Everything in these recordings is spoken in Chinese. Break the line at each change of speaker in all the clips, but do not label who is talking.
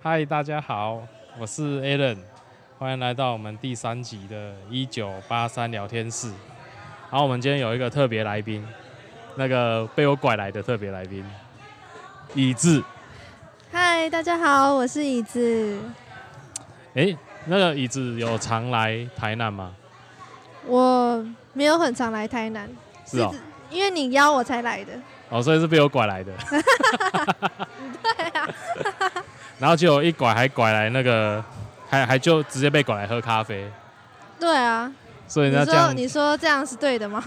嗨，大家好，我是 Alan，欢迎来到我们第三集的“一九八三聊天室”。然后我们今天有一个特别来宾，那个被我拐来的特别来宾，以志。
嗨，大家好，我是椅子。
诶，那个以志有常来台南吗？
我没有很常来台南，
是哦
指，因为你邀我才来的。
哦，所以是被我拐来的。对啊。然后结果一拐还拐来那个，还还就直接被拐来喝咖啡，
对啊，
所以
你
那这样
说你说这样是对的 吗？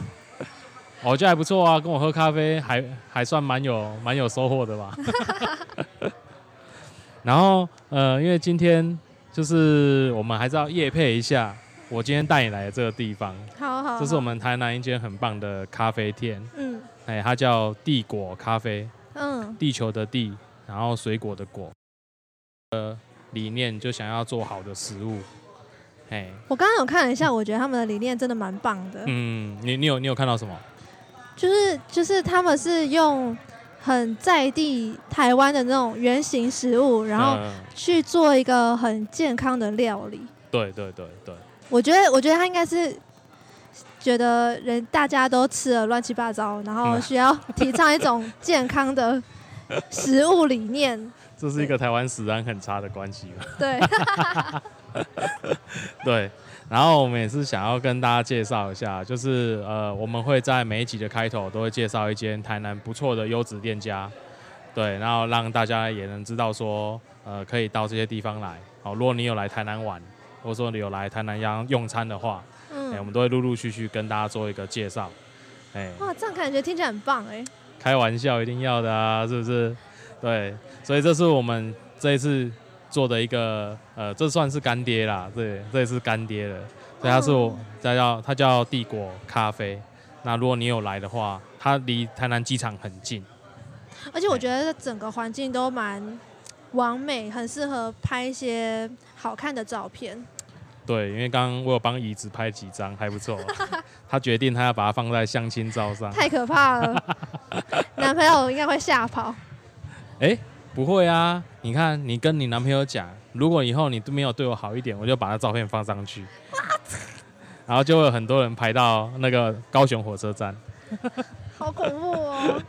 我觉得还不错啊，跟我喝咖啡还还算蛮有蛮有收获的吧。 然后呃，因为今天就是我们还是要夜配一下，我今天带你来的这个地方，
好哦好，
这是
好
我们台南一间很棒的咖啡店，
嗯
哎，它叫帝果咖啡，
嗯
地球的地，然后水果的果，呃，理念就想要做好的食物，哎，
我刚刚有看了一下，我觉得他们的理念真的蛮棒的，
嗯，你你有你有看到什么？
就是就是他们是用很在地台湾的那种原型食物，然后
嗯
去做一个很健康的料理。
对对对对，
我觉得，我觉得他应该是觉得人大家都吃了乱七八糟，然
嗯
后需要提倡一种健康的食物理念。
这是一个台湾食安很差的关系吧。
对，
对，然后我们也是想要跟大家介绍一下，就是呃，我们会在每一集的开头都会介绍一间台南不错的优质店家，对，然后让大家也能知道说，呃，可以到这些地方来。好，如果你有来台南玩，或者说你有来台南央用餐的话，哎、我
嗯，
们都会陆陆续续跟大家做一个介绍。哎、
哇，这样感觉听起来很棒哎、
开玩笑一定要的啊，是不是？对，所以这是我们这一次做的一个，呃，这算是干爹啦，对，这也是干爹了。所以他是我，他叫他叫帝国咖啡。那如果你有来的话，它离台南机场很近，
而且我觉得整个环境都蛮完美，很适合拍一些好看的 照片。
对，因为刚刚我有帮椅子拍几张，还不错。他决定他要把它放在相亲照上，
太可怕了，男朋友应该会吓跑。
哎不会啊，你看你跟你男朋友讲，如果以后你都没有对我好一点，我就把他照片放上去，然后就会有很多人排到那个高雄火车站。
好恐怖哦！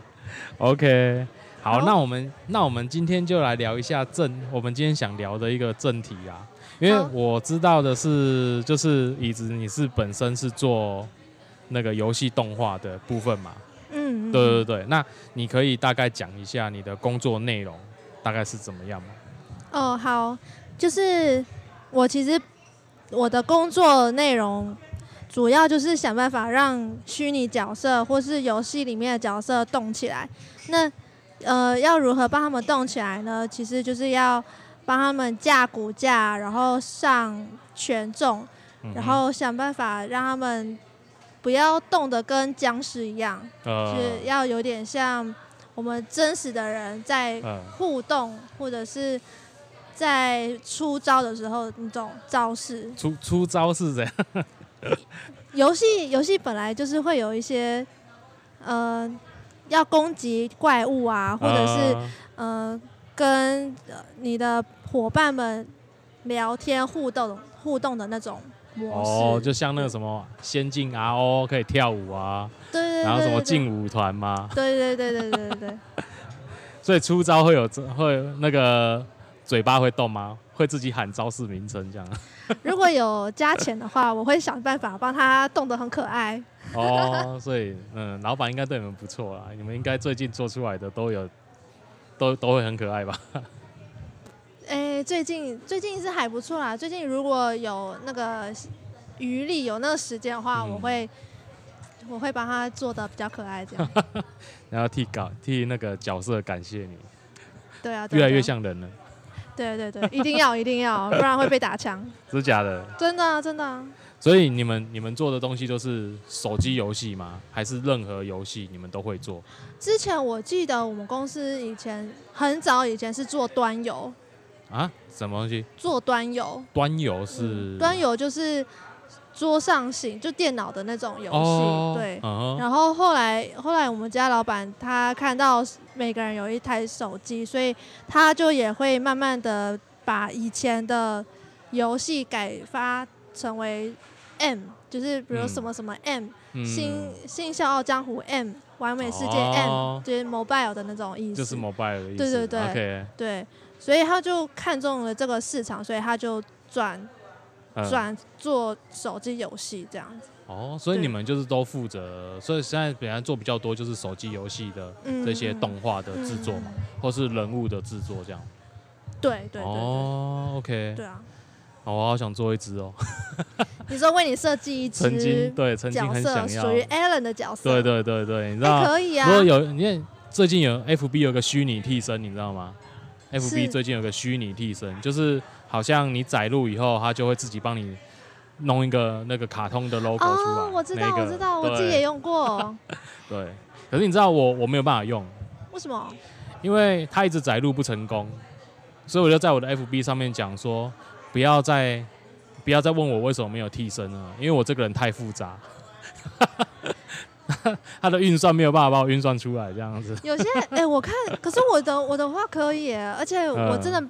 OK，好，
好
那我们那我们今天就来聊一下正，我们今天想聊的一个正题啊，因为
好
我知道的是，就是椅子你是本身是做那个游戏动画的部分嘛，
嗯，嗯
对对对，那你可以大概讲一下你的工作内容大概是怎么样吗？
哦，好，就是我其实我的工作内容主要就是想办法让虚拟角色或是游戏里面的角色动起来。那呃，要如何帮他们动起来呢？其实就是要帮他们架骨架，然后上权重，
嗯哼
然后想办法让他们不要动得跟僵尸一样，就
呃
是要有点像我们真实的人在
嗯
互动，或者是在出招的时候那种招式。
出出招是怎样？
游戏游戏本来就是会有一些，呃，要攻击怪物啊， 或者是
呃
呃跟呃你的伙伴们聊天互动互动的那种模式。
哦，就像那个什么仙境 RO 哦可以跳舞啊，
对嗯对对对对，
然后什么劲舞团嘛，
对。对对对对对对对，
所以出招会有会那个嘴巴会动吗？会自己喊招式名称这样？
如果有加钱的话，我会想办法帮他动得很可爱。
哦， 所以嗯，老板应该对你们不错啦，你们应该最近做出来的都有都都会很可爱吧？
哎、最近最近是还不错啦。最近如果有那个余力、有那个时间的话，
嗯
我会我会把它做的比较可爱，这 样。
然后替搞替那个角色感谢你，
对啊，对啊
越来越。像人了，
对啊对对对，一定要一定要，不然会被打枪。
真假的？
真的啊、真的啊、
所以你们你们做的东西都是手机游戏吗？还是任何游戏你们都会做？
之前我记得我们公司以前很早以前是做端游，
啊，什么东西？
嗯做端游，
端游是、
端游就是。桌上型，就电脑的那种游戏，
哦，
对。
嗯哼
然后后来后来我们家老板他看到每个人有一台手机，所以他就也会慢慢的把以前的游戏改发成为 M，就是比如
嗯
什么什么 M，、
嗯
新新笑傲江湖 M，完美世界 M，、
哦
就是 mobile 的那种意思。
就是 mobile 的意思，
对对对
OK，
对，所以他就看中了这个市场，所以他就转
嗯
转做手机游戏这样子。
哦，所以
对
你们就是都负责，所以现在本来做比较多就是手机游戏的
嗯，
这些动画的制作嘛，
嗯
或是人物的制作这样。
对对对对
哦，OK，
对啊！
哦我好想做一只哦，
你说为你设计一
曾经
只
对曾经
角
很
色，
想要
属，于 Alan 的角色，
对对对对，你知
哎，
道，
可以啊
如。果有因为最近有 FB 有个虚拟替身，你知道吗？FB
是
最近有个虚拟替身，就是好像你载入以后，它就会自己帮你弄一个那个卡通的 logo 出来。
哦，我知
那
道，
个
我知道，我自己
对
也用 过。
对，可是你知道我我没有办法用，
为什么？
因为他一直载入不成功，所以我就在我的 FB 上面讲说，不要再不要再问我为什么没有替身了，因为我这个人太复杂， 他的运算没有办法把我运算出来这样子。
有些哎、我看，可是我的我的话可以耶，而且我真的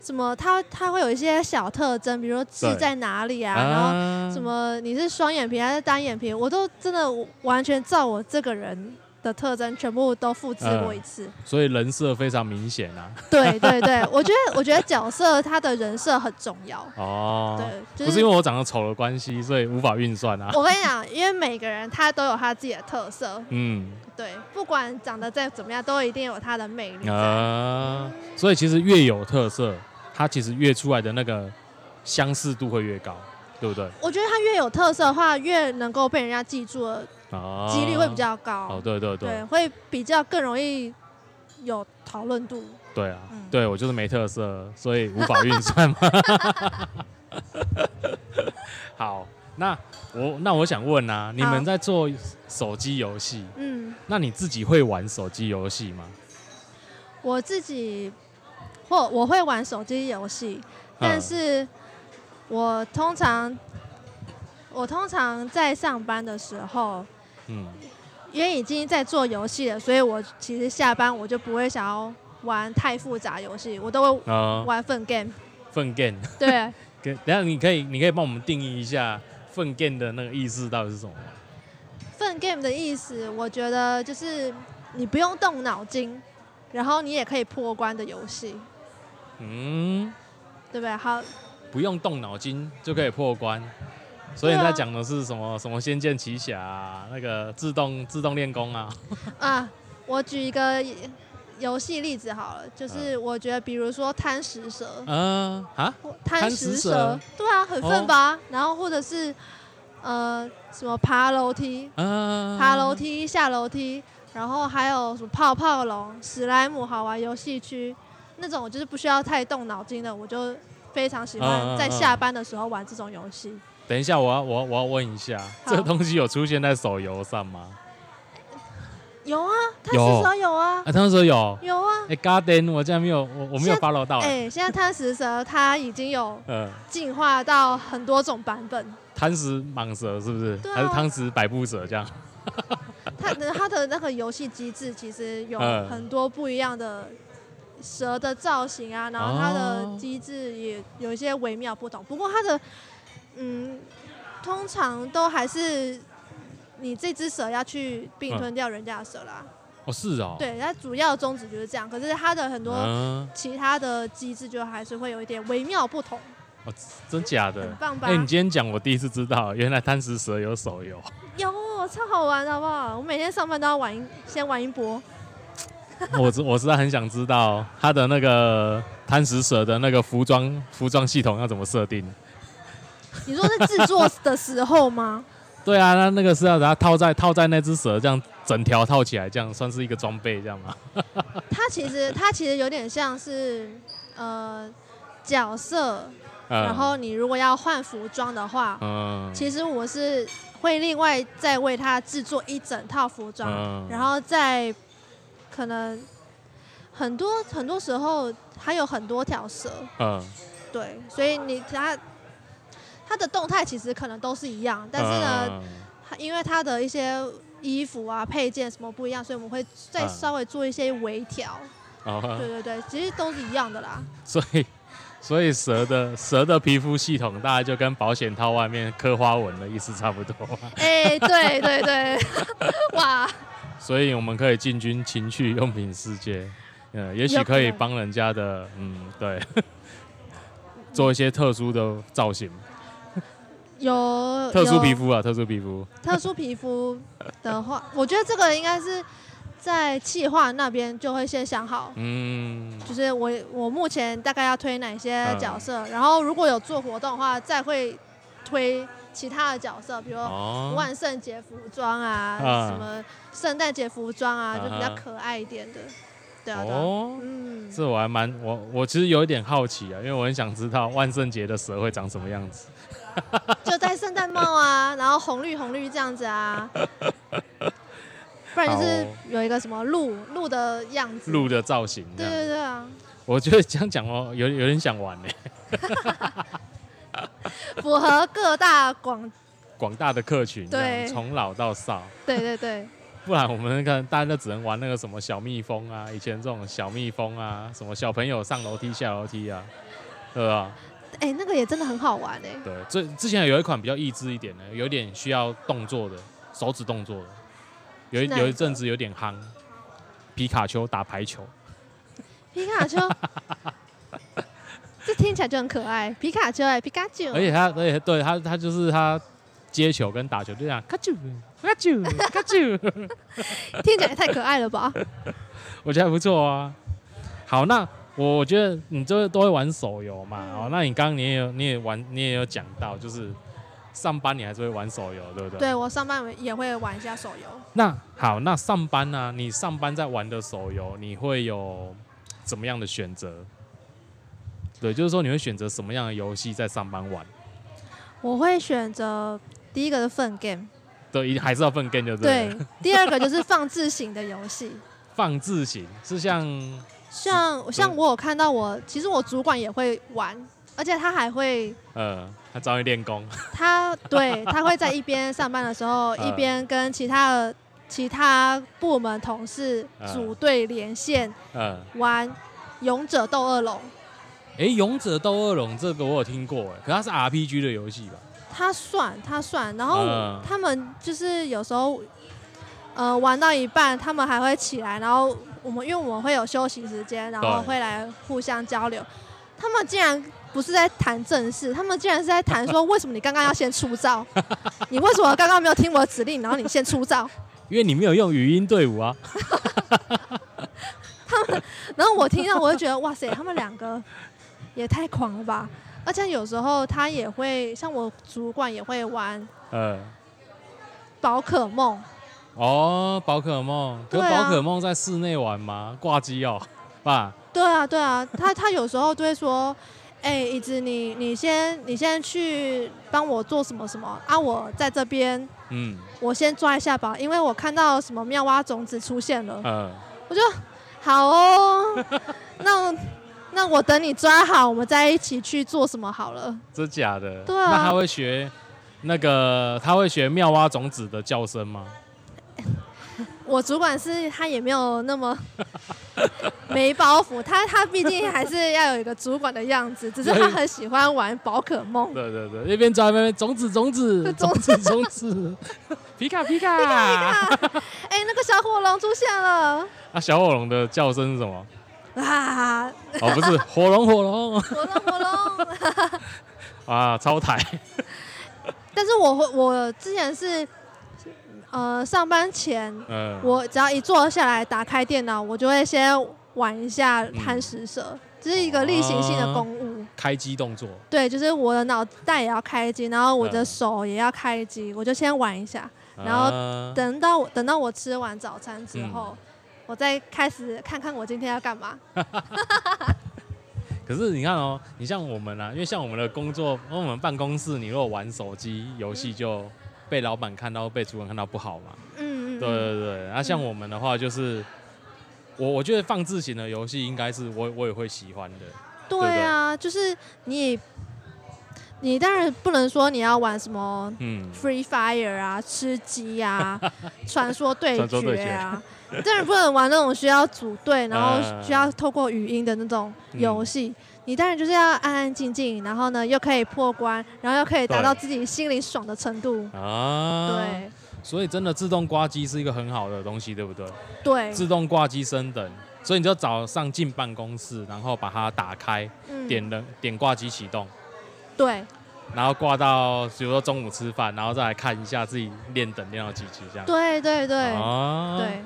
什么，它它会有一些小特征，比如说痣
对
在哪里啊，然后
啊
什？么你是双眼皮还是单眼皮，我都真的完全照我这个人的特征全部都复制过一次。
所以人设非常明显啊。
嗯对对对，我觉得我觉得角色他的人设很重要。
哦，
对，就
不是因为我长得丑的关系，所以无法运算 啊。
我跟你讲，因为每个人他都有他自己的特色，
嗯
对，不管长得再怎么样，都一定有他的魅力在。
啊，所以其实越有特色，它其实越出来的那个相似度会越高，对不对？
我觉得他越有特色的话，越能够被人家记住的
啊，
几率会比较高。
哦，对对对
对，会比较更容易有讨论度。
对啊，
嗯
对我就是没特色，所以无法运算嘛。 好，那我那我想问啊，你们在做手机游戏，
嗯，
那你自己会玩手机游戏吗？
我自己或我会玩手机游戏，但是我通常我通常在上班的时候，
嗯，
因为已经在做游戏了，所以我其实下班我就不会想要玩太复杂游戏，我都会
嗯呃，
玩份 game。
粪 game，
对，
跟等一下你可以你可以帮我们定义一下粪 game 的那个意思到底是什么吗？
份 game 的意思，我觉得就是你不用动脑筋，然后你也可以破关的游戏，
嗯，
对不对？好，
不用动脑筋就可以破关。所以
对啊
他讲的是什么？什么《仙剑奇侠、啊》那个自动自动练功啊？
啊，我举一个游戏例子好了，就是我觉得，比如说贪食蛇，
嗯、啊，
或
贪
食
食蛇
对啊，很
哦
笨吧？然后或者是呃什么爬楼梯、
嗯，
爬楼梯、下楼梯，然后还有什么泡泡龙、史莱姆好玩游戏区那种，就是不需要太动脑筋的，我就非常喜
嗯嗯
欢
嗯
在下班的时候玩这种游戏。
等一下，我要我要我要问一下， 这个东西有出现在手游上吗？
有啊，贪
有
食蛇有啊，
啊，他们说有。
有啊。
哎、g a r d e n 我竟然没有，我我没有
现
follow 到、欸。
哎、现在贪食蛇它已经有
嗯，
进化到很多种版本，
贪食蟒蛇是不是？
对啊
还是贪食百步蛇这样？
它它的那个游戏机制其实有
嗯
很多不一样的蛇的造型啊，然后它
哦
的机制也有一些微妙不同。不过它的嗯，通常都还是你这只蛇要去并吞掉人家的蛇啦。
哦，是哦。。
对，它主要宗旨就是这样。可是它的很多
嗯，
其他的机制就还是会有一点微妙不同，
哦，真假的
很？棒吧
哎、？你今天讲，我第一次知道，原来贪食蛇有手游。
有超好玩，好不好？我每天上班都要玩一，先玩一波。
我知我实在很想知道它的那个贪食蛇的那个服装服装系统要怎么设定。
你说是制作的时候吗？
对啊，那那个是要把它套在套在那只蛇这样整条套起来，这样算是一个装备这样吗？
它其实它其实有点像是呃角色，
嗯
然后你如果要换服装的话，
嗯，
其实我是会另外再为它制作一整套服装，
嗯
然后再可能很多很多时候还有很多条蛇，
嗯
对，所以你它。它的动态其实可能都是一样，但是呢，
嗯，
它因为它的一些衣服啊、配件什么不一样，所以我们会再
嗯
稍微做一些微调。
嗯嗯
对对对，其实都是一样的啦。
所以所以蛇的蛇的皮肤系统大概就跟保险套外面刻花纹的意思差不多，
哎、对 对对，哇，
所以我们可以进军情趣用品世界， 呃，也许
有可
可以
能
帮人家的，嗯，对， 做一些特殊的造型，
有
特殊
有
皮肤啊，特殊皮肤，
特殊皮肤的话，我觉得这个应该是在企划那边就会先想好，
嗯，
就是我我目前大概要推哪些角色，然后如果有做活动的话，再会推其他的角色，比如
哦，
万圣节服装啊，
嗯
什么圣诞节服装啊，就比
嗯
较
哼
可爱一点的，对啊，对啊
哦，
嗯，
这我还蛮我我其实有一点好奇啊，因为我很想知道万圣节的蛇会长什么样子。
就戴圣诞帽啊，然后红绿红绿这样子啊，不然就是
好哦
有一个什么鹿鹿的样子，
鹿的造型这
对
样。
对对啊。
我觉得这样讲哦，有有点想玩呢。
符合各大广，
广大的客群，这样
对
从老到少，
对对对，
不然我们看大家就只能玩那个什么小蜜蜂啊，以前这种小蜜蜂啊，什么小朋友上楼梯下楼梯啊，对吧？
哎、那个也真的很好玩哎、
对，最之前有一款比较益智一点的，有点需要动作的，手指动作的，有一
是哪一
有一
个
阵子有点夯，皮卡丘打排球，
皮卡丘，这听起来就很可爱。皮卡丘哎、皮卡丘，
而且他，而且对他，他就是他接球跟打球就这样，卡啾卡啾卡啾，
听起来也太可爱了吧？
我觉得还不错啊。好，那我我觉得你这都会玩手游嘛，
嗯
哦，那你刚刚你也有你也玩你也有讲到，就是上班你还是会玩手游，对不对？。
对我上班也会玩一下手游。
那好，那上班呢、啊你上班在玩的手游，你会有怎么样的选择？对，就是说你会选择什么样的游戏在上班玩？
我会选择第一个是粪 game，
对，一定还是要分 game 就对了。
对，第二个就是放置型的游戏。
放置型是像嗯
像像我有看到我，其实我主管也会玩，而且他还会，
呃，他找你练功，
他对他会在一边上班的 时候，
嗯
一边跟其他的其他部门同事
嗯
组队连线
呃，
玩《勇者斗恶龙》。
诶，勇者斗恶龙这个我有听过，哎，可它是 RPG 的游戏吧？
他算他算，然后
嗯
他们就是有时候，呃，玩到一半，他们还会起来，然后我们因为我们会有休息时间，然后
对
会来互相交流。他们竟然不是在谈正事，他们竟然是在谈说为什么你刚刚要先出招，你为什么刚刚没有听我的指令，然后你先出招？
因为你没有用语音队伍啊，
然后我听到我就觉得哇塞，他们两个也太狂了吧！而且有时候他也会像我主管也会玩
呃，
宝可梦，
哦，宝可梦，可
对
宝
啊
可梦在室内玩吗？挂机哦， 爸，
对啊，对啊，他他有时候就会说，哎、椅子你你先你先去帮我做什么什么啊，我在这边
嗯，
我先抓一下吧，因为我看到什么妙蛙种子出现了，
呃，
我就好哦， 那那我等你抓好，我们再一起去做什么好了。
真假的？
对啊
那他会学那个，他会学妙蛙种子的叫声吗？
我主管是他也没有那么没包袱，他他毕竟还是要有一个主管的样子，只是他很喜欢玩宝可梦。
对对对，一边抓一边种子种 子种子
种
种 子，皮卡皮卡皮卡皮卡，
哎、那个小火龙出现了。
啊，小火龙的叫声是什么？
啊，
哦，不是火龙火龙
活动活动。
啊，超台，
但是我会，我之前是，呃，上班前，
嗯，
我只要一坐下来，打开电脑，我就会先玩一下贪食蛇，这、是一个例行性的公务。
开机动作，
对，就是我的脑袋也要开机，然后我的
嗯
手也要开机，我就先玩一下。然后
啊
等到我等到我吃完早餐之
嗯
后，我再开始看看我今天要干嘛。
可是你看哦，你像我们啊，因为像我们的工作，因为我们办公室，你如果玩手机游戏就被老板看到，被主管看到不好嘛。
嗯嗯，嗯
对对对，那、像我们的话就是。我我觉得放置型的游戏应该是我我也会喜欢的，
对啊，就是你你当然不能说你要玩什么
嗯，
Free Fire 啊、吃 鸡啊、传说对
传说对
决 啊，当然不能玩那种需要组队，然后
嗯
需要透过语音的那种游戏。你当然就是要安安静静，然后呢又可以破关，然后又可以达到自己心里爽的程度。
啊，，
对
所以真的自动挂机是一个很好的东西，对不对？
对，
自动挂机升等，所以你就找上进办公室，然后把它打开，
嗯
点了点挂机启动，
对
然后挂到比如说中午吃饭，然后再来看一下自己练等练到几级这样。
对对对
啊，
对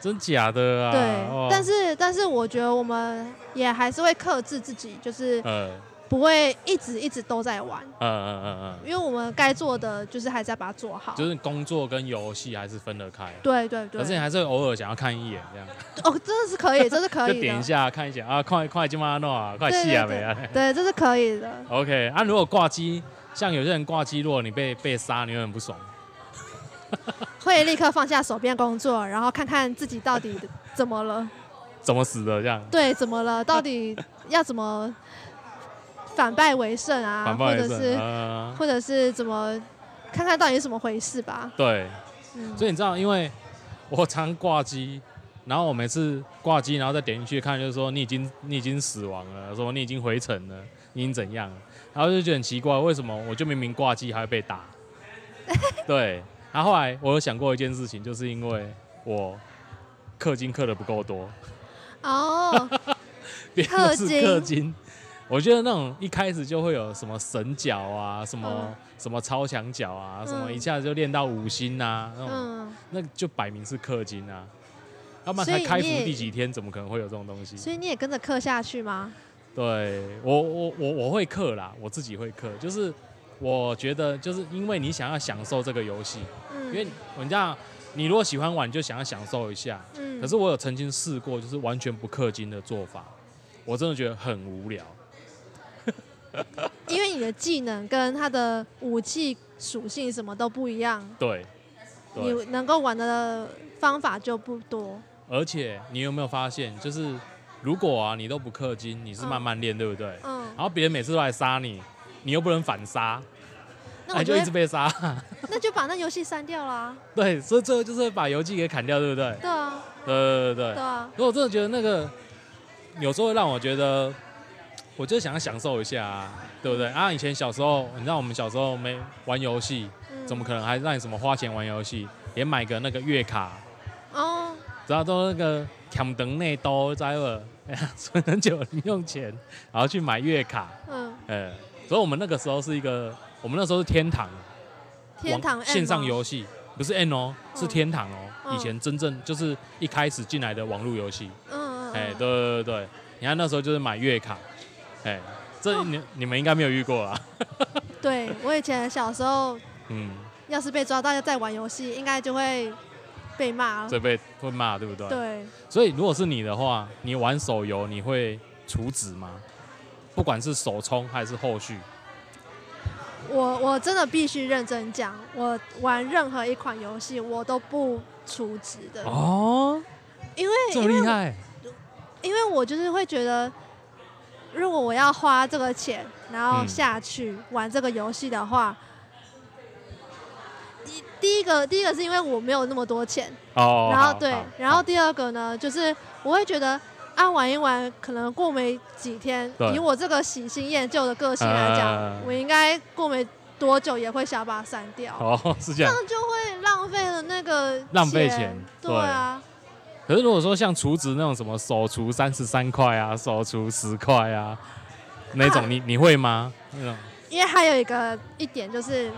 真假的啊？哦
对。但是但是我觉得我们也还是会克制自己，就是
呃
不会一直一直都在玩，
呃呃呃
因为我们该做的就是还是要把它做好
呃，。就是工作跟游戏还是分得开。
对对对
可是你，还是偶尔想要看一眼这样，
哦，真的是可以，这是可
就
以的，
点一下看一下啊，快快今晚弄啊，快
对
戏啊
对
没啊。
对，这是可以的。
OK，啊，如果挂机，像有些人挂机，如果你被被杀，你会很不爽。
会立刻放下手边工作，然后看看自己到底怎么了，
怎么死的这样？
对，怎么了，到底要怎么反败为胜啊，
反
或
败
者
为胜。
是
呃
或者是怎么看看到底是怎么回事吧。
对，
嗯，
所以你知道，因为我常挂机，然后我每次挂机，然后再点进去看，就是说你已经你已经死亡了，说你已经回城了，你已经怎样了，然后就觉得很奇怪，为什么我就明明挂机还会被 打？对，然后后来我有想过一件事情，就是因为我氪金氪的不够多，
哦，
别人都是
氪金
氪金。我觉得那种一开始就会有什么神脚啊，什么、
嗯
什么超强脚啊，什么
嗯
一下子就练到五星啊，那种、
嗯，
那就摆明是氪金啊。要不然
所以
才
你
开服
也
第几天，怎么可能会有这种东西？
所以你也跟着刻下去吗？
对我我我我会氪啦，我自己会氪，就是我觉得就是因为你想要享受这个游戏，因为
嗯，
人家你如果喜欢玩，你就想要享受一下。
嗯
可是我有曾经试过，就是完全不氪金的做法，我真的觉得很无聊。
因为你的技能跟它的武器属性什么都不一样，
对，
你
对，
能够玩的方法就不多。
而且你有没有发现，就是如果啊你都不氪金，你是慢慢练，对不对？
嗯
然，后别人每次都来杀你，你又不能反杀，
那
哎
我
就
觉
一直
得
被杀。
那就把那游戏删掉啦。
对，所以最后就是会把游记给砍掉，对不对？
对啊，
对对对
对
对。
啊，
所以我真的觉得那个有时候会让我觉得，我就想要享受一下、啊，对不对？啊，以前小时候，你知道我们小时候没玩游戏，
嗯
怎么可能还让你什么花钱玩游戏，也买个那个月卡，
哦，
然后都那个抢等内兜，知道吧？哎呀， 存很久零用钱，然后去买月卡，
嗯，
呃，所以我们那个时候是一个，我们那时候是天堂，
天堂
网
M
线上
吗，
游戏，不是 N 哦，
嗯
是天堂哦。
嗯
以前真正就是一开始进来的网络游戏，
嗯嗯，
哎，
嗯
对对对对，你看那时候就是买月卡，哎，
哦
这你你们应该没有遇过啦，
对我以前小时候
嗯，
要是被抓到要再玩游戏，应该就会被骂了。
这被会骂对不对？。
哦对，
所以如果是你的话，你玩手游你会除值吗？不管是首充还是后续，
我我真的必须认真讲，我玩任何一款游戏我都不除职的，
哦，
因为
这么
因
厉
为
害，
因为我就是会觉得，如果我要花这个钱，然后
嗯
下去玩这个游戏的话，第第一个第一个是因为我没有那么多钱，
哦，
然后
好
对
好，
然后第二个呢，就是我会觉得啊，玩一玩，可能过没几天，
对
以我这个喜新厌旧的个性来讲，
嗯
我应该过没多久也会想把它删掉，
好哦，是这样
这。样就会浪费了那个
浪费钱
对啊，
可是如果说像储值那种什么手厨三十三块啊，手厨十块啊，那种
啊
你你会吗？那种
因为还有一个一点就是。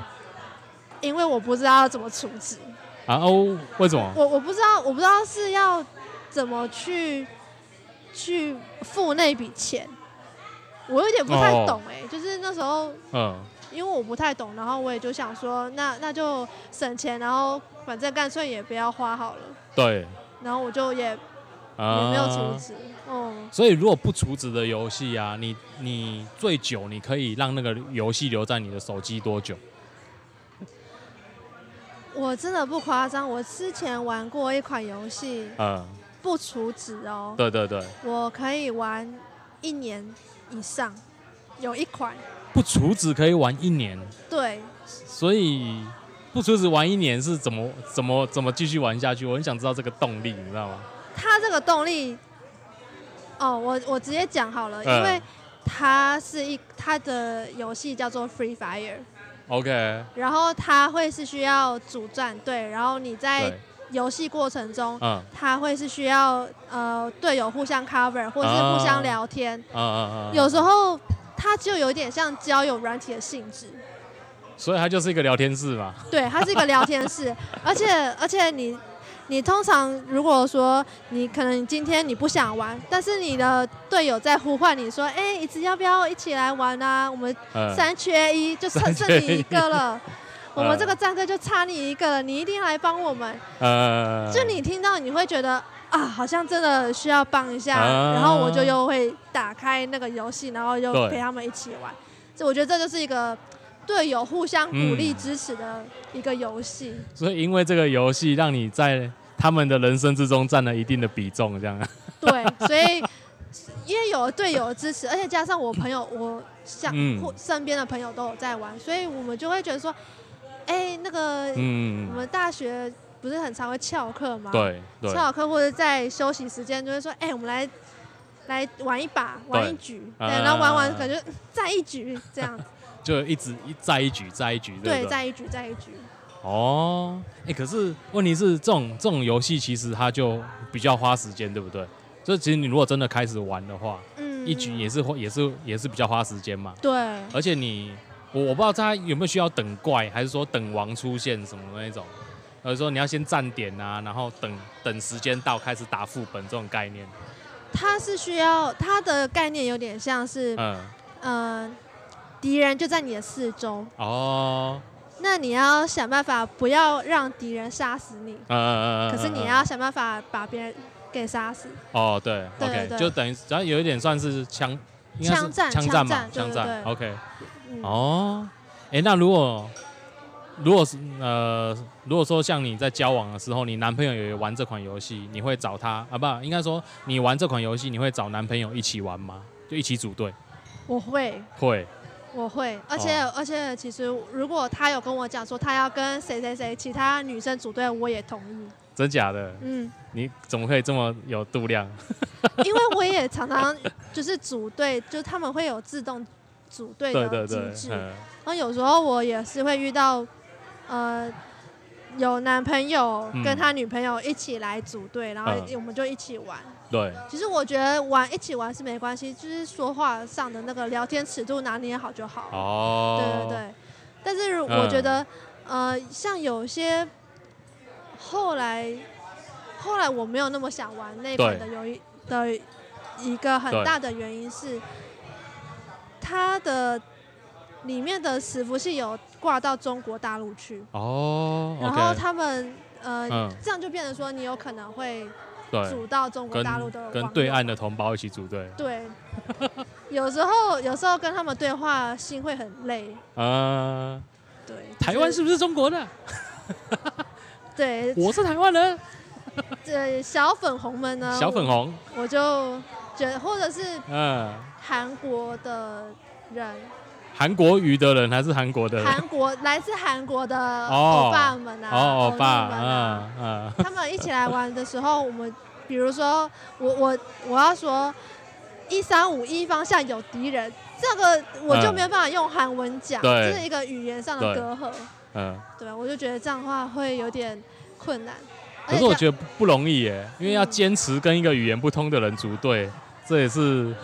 因为我不知道要怎么处置，
啊哦，为什么？
我我不知道，我不知道是要怎么去去付那笔钱，我有点不太
哦
懂哎、就是那时候
嗯，
因为我不太懂，然后我也就想说，那那就省钱，然后反正干脆也不要花好了，
对，
然后我就也、
啊
也没有储值，嗯，
所以如果不储值的游戏啊，你你最久你可以让那个游戏留在你的手机多久？
我真的不夸张，我之前玩过一款游戏
嗯，
不储值哦，
对对对，
我可以玩一年以上，有一款，
不除子可以玩一年，
对，
所以不除子玩一年是怎么怎么怎么继续玩下去？我很想知道这个动力，你知道吗？
它这个动力，哦，我我直接讲好了，
嗯
因为它是一它的游戏叫做 Free Fire，
OK，
然后它会是需要主战队，然后你在
对，
游戏过程中。
嗯
它会是需要呃队友互相 cover 或者是互相
啊
聊天，
嗯嗯嗯，
有时候它就有点像交友软体的性质，
所以它就是一个聊天室嘛。
对，它是一个聊天室，而且而且你你通常如果说你可能今天你不想玩，但是你的队友在呼唤你说，哎、一直要不要一起来玩啊？我们
嗯，
三缺一，就剩
三
剩
缺
你一
一
个了。我们
嗯
这个战队就差你一个了，你一定要来帮我们。
呃
就你听到，你会觉得啊，好像真的需要帮一下，
啊
然后我就又会打开那个游戏，然后又
对
陪他们一起玩。这我觉得这就是一个队友互相鼓励
嗯
支持的一个游戏。
所以因为这个游戏让你在他们的人生之中占了一定的比重，这样。
对，所以因为有了队友的支持，而且加上我朋友，我像、
嗯
或身边的朋友都有在玩，所以我们就会觉得说，哎、那个、我
嗯，
们大学不是很常会翘课吗？
对对
上好课或者在休息时间就会说，哎、我们来来玩一把，玩一局，对，
啊
然后玩完感觉嗯再一局这样子，
就一直一再一局再一局，
对，
不
再一局，再一局，
哦，哎、可是问题是这种这种游戏其实它就比较花时间，对不对？所以其实你如果真的开始玩的话，
嗯，
一局也是花也是也是比较花时间嘛。
对，
而且你我我不知道它有没有需要等怪，还是说等王出现什么的那种，还是说你要先站点啊，然后等等时间到开始打副本这种概念。
它是需要它的概念有点像是，
嗯，
嗯，敌人就在你的四周，
哦，
那你要想办法不要让敌人杀死你，
嗯嗯嗯嗯嗯。
可是你
嗯
要想办法把别人给杀死，
哦，对
对
o
对
k 就等于只要有一点算是枪，应该是
枪战
枪战嘛，
枪
枪
战
战
对
，OK，
嗯，
哦，哎、那如果如果是呃，如果说像你在交往的时候，你男朋友也玩这款游戏，你会找他啊？不，应该说你玩这款游戏，你会找男朋友一起玩吗？就一起组队？
我会。
会，
我会，
哦
而且、而且，其实如果他有跟我讲说他要跟谁谁谁其他女生组队，我也同意。
真假的？
嗯，
你怎么可以这么有度量？
因为我也常常就是组队，就是他们会有自动组队
对 对
的机
对，
制。
嗯，
然后有时候我也是会遇到，呃，有男朋友
嗯
跟他女朋友一起来组队，然后
嗯
我们就一起玩。
对，
其实我觉得玩一起玩是没关系，就是说话上的那个聊天尺度拿捏好就好。
哦嗯
对对，对。但是如我觉得，呃，像有些后来后来我没有那么想玩那款的
对
有一的一个很
对
大的原因是，它的里面的伺服器有挂到中国大陆去，
哦
然后
，OK，
他们呃。
嗯，
这样就变成说，你有可能会
对，
组到中国大陆的
跟跟
网
对
友
岸的同胞一起组队，
对，有时候有时候跟他们对话，心会很累。
呃，
对，
台湾
就是
不是中国的？
对，
我是台湾人，
这小粉红们呢，
小粉红，
我，我就觉得，或者是
嗯，
韩国的人，
韩国语的人还是韩国的人？
韩国来自韩国的
哦
欧巴们啊，
哦，
欧
欧
尼
巴，
们啊，
嗯
他们一起来玩的时候，我们比如说，我我我要说。一三五一方向有敌人，这个我就
嗯
没有办法用韩文讲，
对
这是一个语言上的
对
隔阂，
嗯嗯。
对吧？我就觉得这样的话会有点困难。而
可是
且
我
这
觉得不不容易耶，因为要
嗯
坚持跟一个语言不通的人组队，这也是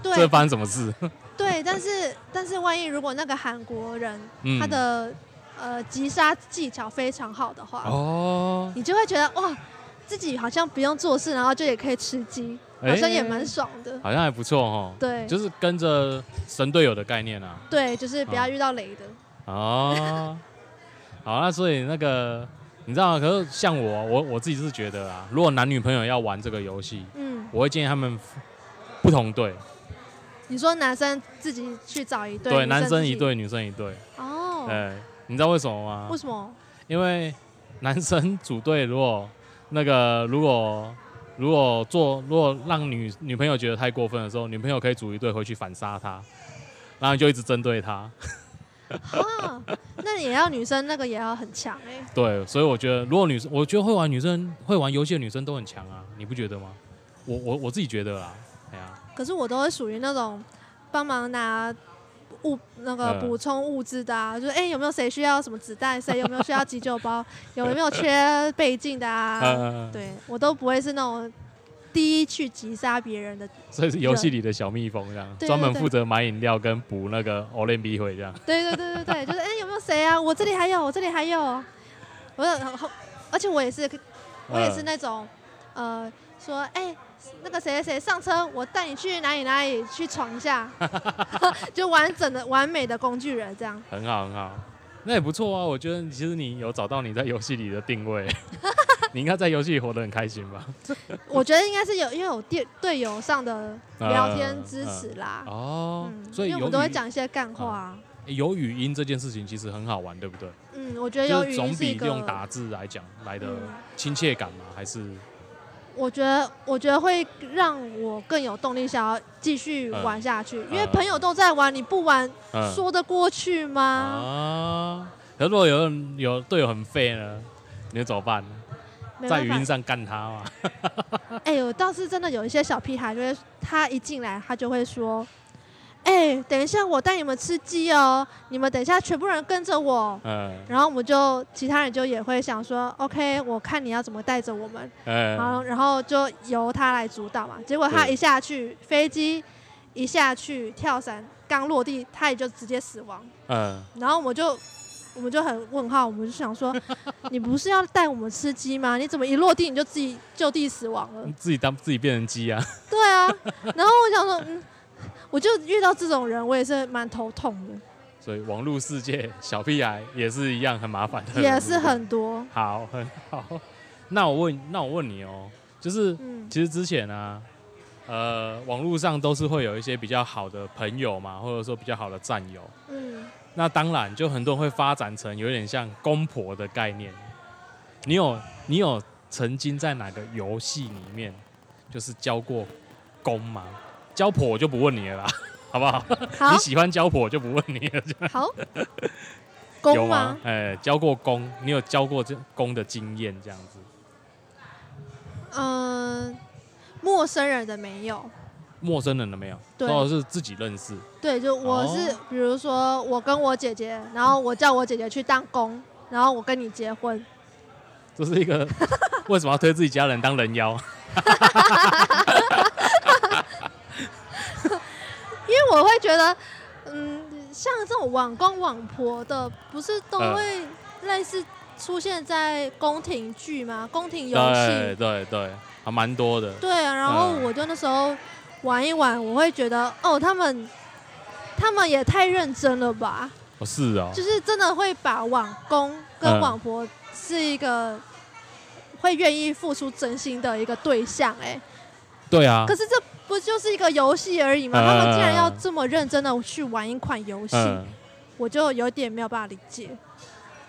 对
这发生什么事？
对，但是但是万一如果那个韩国人、
嗯
他的呃击杀技巧非常好的话，
哦，
你就会觉得哇，自己好像不用做事，然后就也可以吃鸡，好像也蛮爽的。
哎好像还不错哦，
对，
就是跟着神队友的概念啊。
对，就是不要遇到雷的。
哦，好，那所以那个你知道吗，可是像我，我我自己是觉得啊，如果男女朋友要玩这个游戏，
嗯，
我会建议他们不同队，
你说男生自己去找一对，
对，
女
男生
自己
一。对，女生一对。
哦，
对，你知道为什么吗
为？什么？
因为男生组队，如果那个如果如果做如果让女女朋友觉得太过分的时候，女朋友可以组一队回去反杀他。然后你就一直针对他。
啊，那也要女生那个也要很强哎、
对，所以我觉得，如果女生，我觉得会玩女生会玩游戏的女生都很强啊，你不觉得吗？我我我自己觉得啦，哎呀、
可是我都会属于那种帮忙拿物那个
嗯
补充物资的、啊，就是哎、有没有谁需要什么子弹，谁有没有需要急救包，有没有缺倍镜 的啊？
呃，，
对我都不会是那种第一去击杀别人的，
所以是游戏里的小蜜蜂这样，
对
专门
对对
负责买饮料跟补那个 o l y m p 会这样。
对对对对对，就是哎、有没有谁啊？我这里还有，我这里还有，我然后而且我也是我也是那种，呃，说哎、那个谁谁谁上车，我带你去哪里哪里去闯一下， 就完整的完美的工具人这样。
很好很好，那也不错啊。我觉得其实你有找到你在游戏里的定 位，你应该在游戏里活得很开心吧？
我觉得应该是有，因为有队队友上的聊天支持啦，
哦，
嗯，
所以
因为我
有
们都会
语
讲一些干话啊、
有语音这件事情其实很好玩，对不对？
嗯，我觉得有
就
语
是
音
总
是一
比
个，
用打字来讲来的
嗯
亲切感嘛，还是
我觉得我觉得会让我更有动力想要继续玩下去，因为
嗯
朋友都在玩，你不玩、
嗯
说得过去吗？
啊？可是如果有人有队友很废呢，你会怎么办？
没
在
办
语
法
音。上干他 嘛？
哎、我倒是真的有一些小屁孩，就会他一进来，他就会说：“哎、等一下，我带你们吃鸡哦，你们等一下全部人跟着我。”
嗯，
然后我们就其他人就也会想说，OK，我看你要怎么带着我们，然后
嗯，
然后就由他来主导嘛。结果他
对
一下去飞机，一下去跳伞，刚落地他也就直接死亡。
嗯，
然后我们就我们就很问号，我们就想说， 你不是要带我们吃鸡吗？你怎么一落地你就自己就地死亡了？
自己当自己变成鸡啊？
对啊，然后我想说，嗯，我就遇到这种人，我也是蛮头痛的，
所以网络世界小屁孩也是一样很麻烦的，
也是很多，
好，很好。那我问，那我问你哦，就是
嗯
其实之前啊，呃，网络上都是会有一些比较好的朋友嘛，或者说比较好的战友。
嗯，
那当然，就很多人会发展成有点像公婆的概念。你有你有曾经在哪个游戏里面就是交过公吗？交婆我就不问你了啦， 好不好？
好
你喜欢交婆我就不问你了。
好，
有
公
吗
吗？？
哎、交过公，你有交过这公的经验这样子？
嗯、陌生人的没有，
陌生人了没有？
对
或者是自己认识
对，就我是、
哦
比如说我跟我姐姐，然后我叫我姐姐去当公，然后我跟你结婚，
这是一个 为什么要推自己家人当人妖？
因为我会觉得，嗯，像这种网公网婆的，不是都
嗯
会类似出现在宫廷剧吗？宫廷 游戏
对对对，还蛮多的。
对啊，然后
嗯
我就那时候玩一玩，我会觉得哦，他们他们也太认真了吧，
哦，是哦，
就是真的会把网工跟
嗯
网婆是一个会愿意付出真心的一个对象哎、
对啊
可，是这不就是一个游戏而已吗？
嗯
他们竟然要这么认真的去玩一款游戏，
嗯，
我就有点没有办法理解。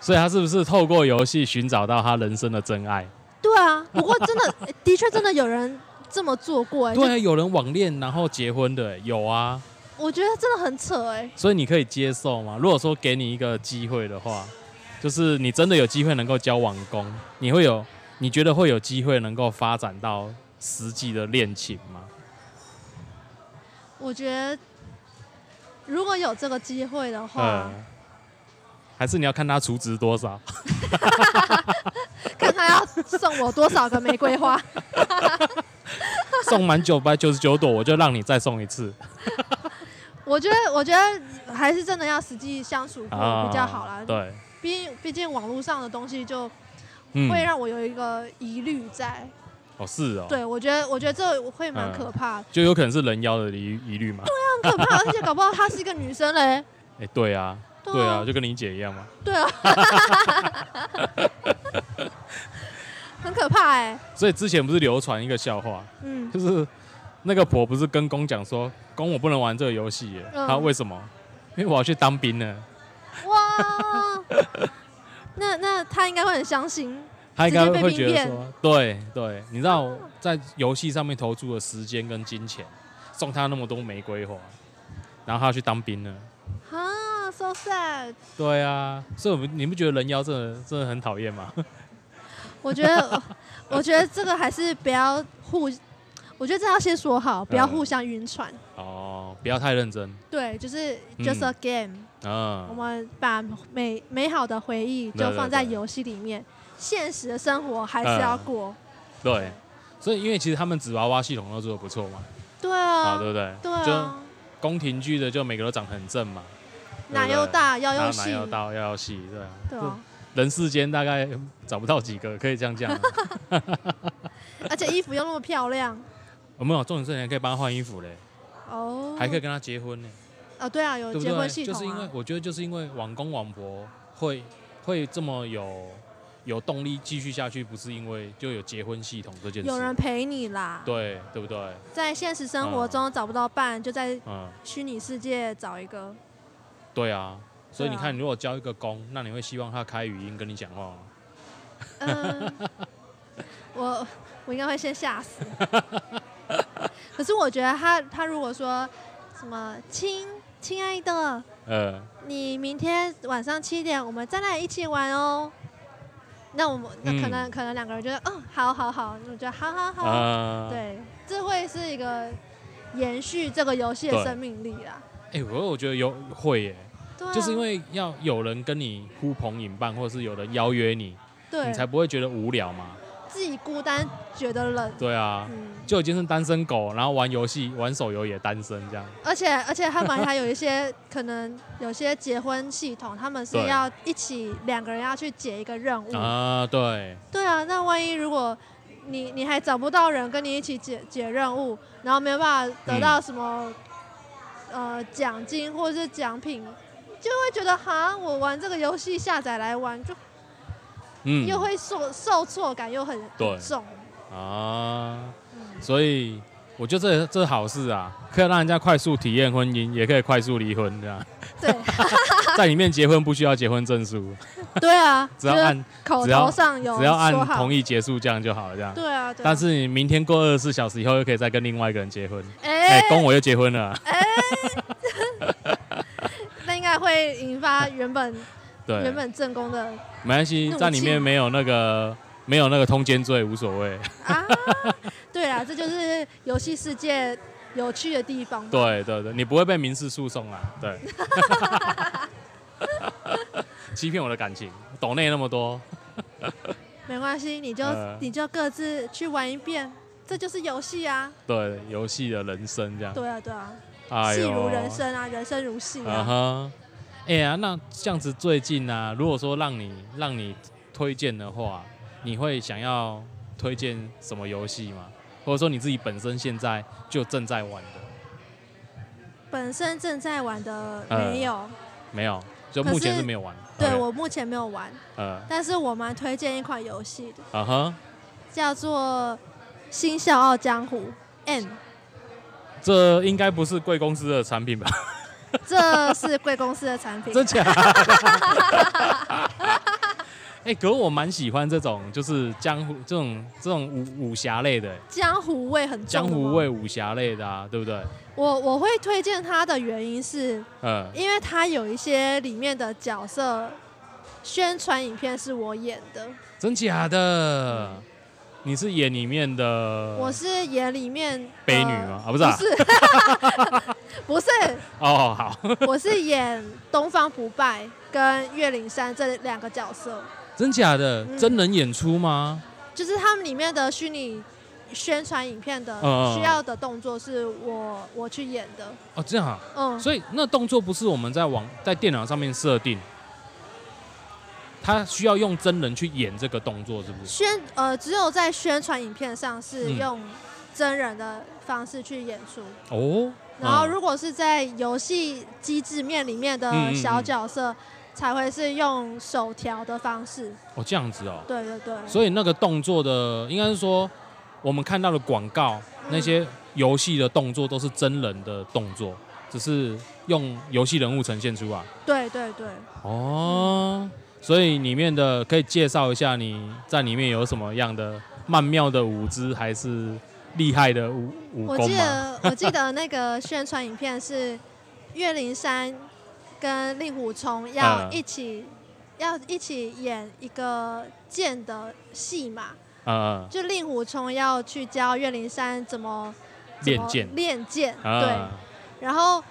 所以他是不是透过游戏寻找到他人生的真爱？
对啊，不过 真的的确真的有人这么做过哎、
对
就
啊，有人网恋然后结婚的有啊，
我觉得真的很扯哎、
所以你可以接受吗？如果说给你一个机会的话，就是你真的有机会能够交网工，你会有你觉得会有机会能够发展到实际的恋情吗？
我觉得如果有这个机会的话，
嗯，还是你要看他储值多少？
看他要送我多少个玫瑰花。
送满九百九十九朵，我就让你再送一次。
我觉得，我觉得还是真的要实际相处过比较好啦。
啊对，
毕竟，毕竟网络上的东西就
嗯
会让我有一个疑虑在。
哦是哦，
对，我觉得，我觉得这会蛮可怕的，
就有可能是人妖的疑疑虑嘛。
很可怕。而且搞不好她是一个女生嘞。
哎、对啊，对啊，，就跟你姐一样嘛。
对啊，很可怕哎、
所以之前不是流传一个笑话，
嗯，
就是那个婆不是跟公讲说，公我不能玩这个游戏耶，
嗯
他、说为什么？因为我要去当兵了。
哇，那那她应该会很相信。
他应该
直接被
会觉得
兵变
说，对对，你知道在游戏上面投注的时间跟金钱，送他那么多玫瑰花，然后他去当兵了。
啊，so sad。
对啊，所以我们你不觉得人妖真的真的很讨厌吗？
我觉得，我觉得这个还是不要互，我觉得这要先说好，
嗯
不要互相晕船。
哦，不要太认真，
对，就是 just a game，、我
嗯，
们把美美好的回忆
对
就
对
放在
对
游戏里面，现实的生活还是要过。
嗯对。所以因为其实他们纸娃娃系统都做的不错嘛，
对
啊，
啊，
对不对？
对
就
啊，
宫廷剧的就每个都长得很正嘛，
奶又大，要
哪
用
哪
细，
要到要有戏，对啊。
对啊，
人世间大概找不到几个可以这样 讲、啊。
而且衣服又那么漂亮，
我哦们有重点是你还可以帮他换衣服嘞，
哦，
还可以跟他结婚呢，
啊，对啊，有
对不
结婚
对？
系
就
统啊，
是因为我觉得就是因为网公网婆会会这么有有动力继续下去，不是因为就有结婚系统这件
有人
事，
陪你啦。
对嗯对不对？
在现实生活中找不到伴，就在
嗯，
虚拟世界找一个。
对啊。所以你
对啊
看，你如果教一个公，那你会希望他开语音跟你讲话吗？
嗯，我我应该会先吓死。 可是我觉得他他如果说什么亲亲爱的，
呃，
你明天晚上七点我们再来一起玩哦。那我们那可能、
嗯
可能两个人觉得嗯好好好，我觉得好好好，
啊，
对，这会是一个延续这个游戏的
对
生命力啦。
哎，我我觉得有会耶，
对啊、
就是因为要有人跟你呼朋引伴，或者是有人邀约你，
对
你才不会觉得无聊嘛。
自己孤单觉得冷，
对啊，
嗯，
就已经是单身狗，然后玩游戏、玩手游也单身这样。
而且而且他们还有一些可能有些结婚系统，他们是
对
要一起两个人要去解一个任务。
啊，对，
对啊，那万一如果你你还找不到人跟你一起解解任务，然后没有办法得
嗯
到什么、呃奖金或者是奖品，就会觉得哈，我玩这个游戏下载来玩，就
嗯，
又会受受挫感又很
对
很重。
啊，
嗯
所以我觉得这这是好事啊，可以让人家快速体验婚姻，也可以快速离婚这样。
对
在里面结婚不需要结婚证书，
对啊，
只要
就是
按
口
只要
头上有
只要按
说好
同意结束这样就好了这样。
对啊，对啊
但是你明天过二十四小时以后，又可以再跟另外一个人结婚。
哎、
哎，跟我又结婚了啊，
那应该会引发原本
对，
原本正宫的
没关系，
怒
在里
气
面没有那个没有那个通奸罪无所 谓。
啊，对啦，这就是游戏世界有趣的地方。，
对对对，你不会被民事诉讼啦。啊对， 欺骗我的感情，抖内那么多，
没关系，你就、
呃
你就各自去玩一遍，这就是游戏啊。
对游戏的人生这样，
对啊，对啊，
哎
戏
呦
如人，生啊，人生如戏
啊
啊。
哈，哎呀，那这样子最近啊，如果说让你让你推荐的话，你会想要推荐什么游戏吗？或者说你自己本身现在就正在玩的，
本身正在玩的
呃
没有，
没有？就
可
目前
是
是没有玩。
对
OK，
我目前没有玩，
呃，
但是我蛮推荐一款游戏的，
啊哈，
叫做《新笑傲江湖》N，
这应该不是贵公司的产品吧？
这是贵公司的产品。
真假 的？哎、可我蛮喜欢这种，就是江湖这种这种武武侠类的，
江湖味很重，
江湖。味武侠类的啊，对不对？
我我会推荐它的原因是
嗯，
因为它有一些里面的角色宣传影片是我演的，
真假的？你是演里面的
我是演里面
悲呃女
呃
吗？啊，不是啊，
不是，
哦，好，
不是，我是演东方不败跟岳灵珊这两个角色，
真假的？
嗯
真人演出吗？
就是他们里面的虚拟宣传影片的
嗯嗯嗯
需要的动作是我我去演的，
哦，这样啊，
嗯，
所以那动作不是我们在网在电脑上面设定，他需要用真人去演这个动作，是不是？
宣呃只有在宣传影片上是
嗯
用真人的方式去演出。
哦，
然后，
嗯
如果是在游戏机制面里面的小角色，才会是用手调的方式。
哦这样子哦，
对对对，
所以那个动作的，应该是说我们看到的广告那些游戏的动作都是真人的动作，只是用游戏人物呈现出来。
对对对，
哦，所以里面的可以介绍一下你在里面有什么样的曼妙的舞姿，还是厉害的武武
我
功
记
吗？
得我记得那个宣传影片是岳灵珊跟令狐冲要
嗯
一起、要一起演一个剑的戏嘛，
呃，
就令狐冲要去教岳灵珊怎么怎
练
么
剑，
练剑，对，
啊，
然后，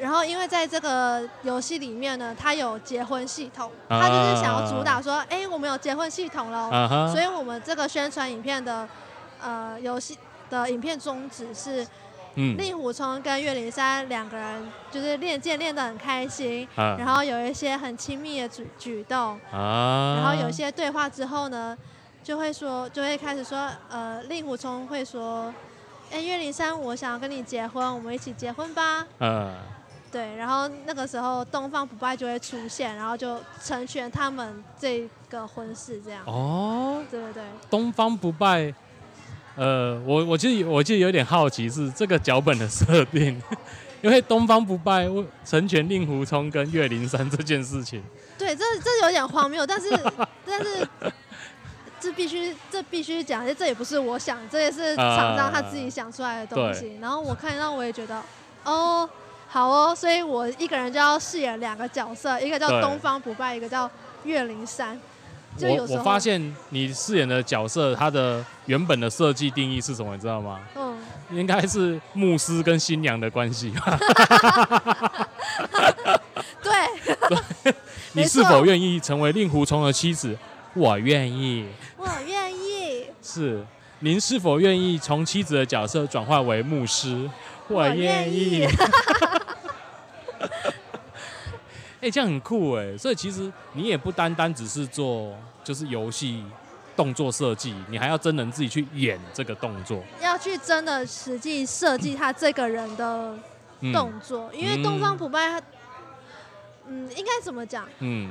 然后因为在这个游戏里面呢，它有结婚系统，
啊
它就是想要主打说，哎、我们有结婚系统喽、
啊哈，
所以我们这个宣传影片的呃游戏的影片宗旨是
嗯，
令狐冲跟岳灵珊两个人就是练剑练得很开心，
啊
然后有一些很亲密的举举动，
啊，
然后有一些对话之后呢，就会说，就会开始说，呃，令狐冲会说，哎、岳灵珊，我想要跟你结婚，我们一起结婚吧。
呃，
对，然后那个时候东方不败就会出现，然后就成全他们这个婚事，这样，
哦，
对对对。
东方不败。呃，我我其实我其实有点好奇是这个脚本的设定，因为东方不败成全令狐冲跟岳灵珊这件事情，
对，这这有点荒 谬，但是但是这必须这必须讲，这也不是我想，这也是
啊
厂商他自己想出来的东西。然后我看到我也觉得，哦，好哦，所以我一个人就要饰演两个角色，一个叫
对
东方不败，一个叫岳灵珊。就
我
有时
我
候
发，现你饰演的角色，它的原本的设计定义是什么？你知道吗？
嗯，
应该是牧师跟新娘的关系吧？
对，
你
没
是
错
否愿意成为令狐冲的妻子？我愿意。
我愿意，
是，您是否愿意从妻子的角色转化为牧师？我愿意。 哎、这样很酷哎！所以其实你也不单单只是做就是游戏动作设计，你还要真人自己去演这个动作。
要去真的实际设计他这个人的
嗯
动作，因为东方不败他，嗯，应该怎么讲？
嗯，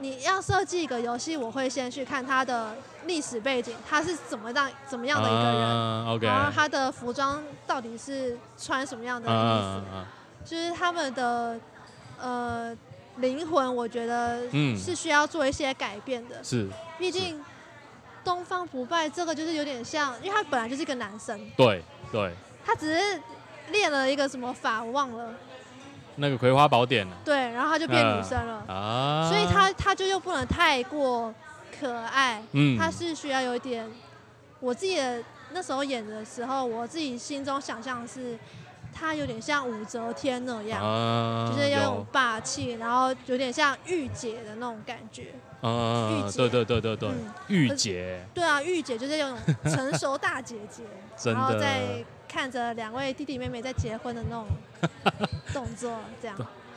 你要设计一个游戏，我会先去看他的历史背景，他是怎么样怎么样的一个人，
啊 OK，
然后他的服装到底是穿什么样的衣服，
啊
就是他们的呃灵魂，我觉得
嗯
是需要做一些改变的。
是
毕竟东方不败这个就是有点像，因为他本来就是一个男生，
对对，
他只是练了一个什么法我忘了，
那个《葵花宝典》
对，然后他就变女生了，
啊，
所以他他就又不能太过可爱。
嗯
他是需要有一点，我自己的那时候演的时候，我自己心中想象是，他有点像武则天那样，
啊
就是要有
有
霸气，然后有点像御姐的那种感觉。
啊
御，姐
对对对对对
嗯，
御
可是
姐
对啊，御姐就是有种成熟大姐 姐，
真
然后
的
再看着两位弟弟妹妹在结婚的那种动作，这样。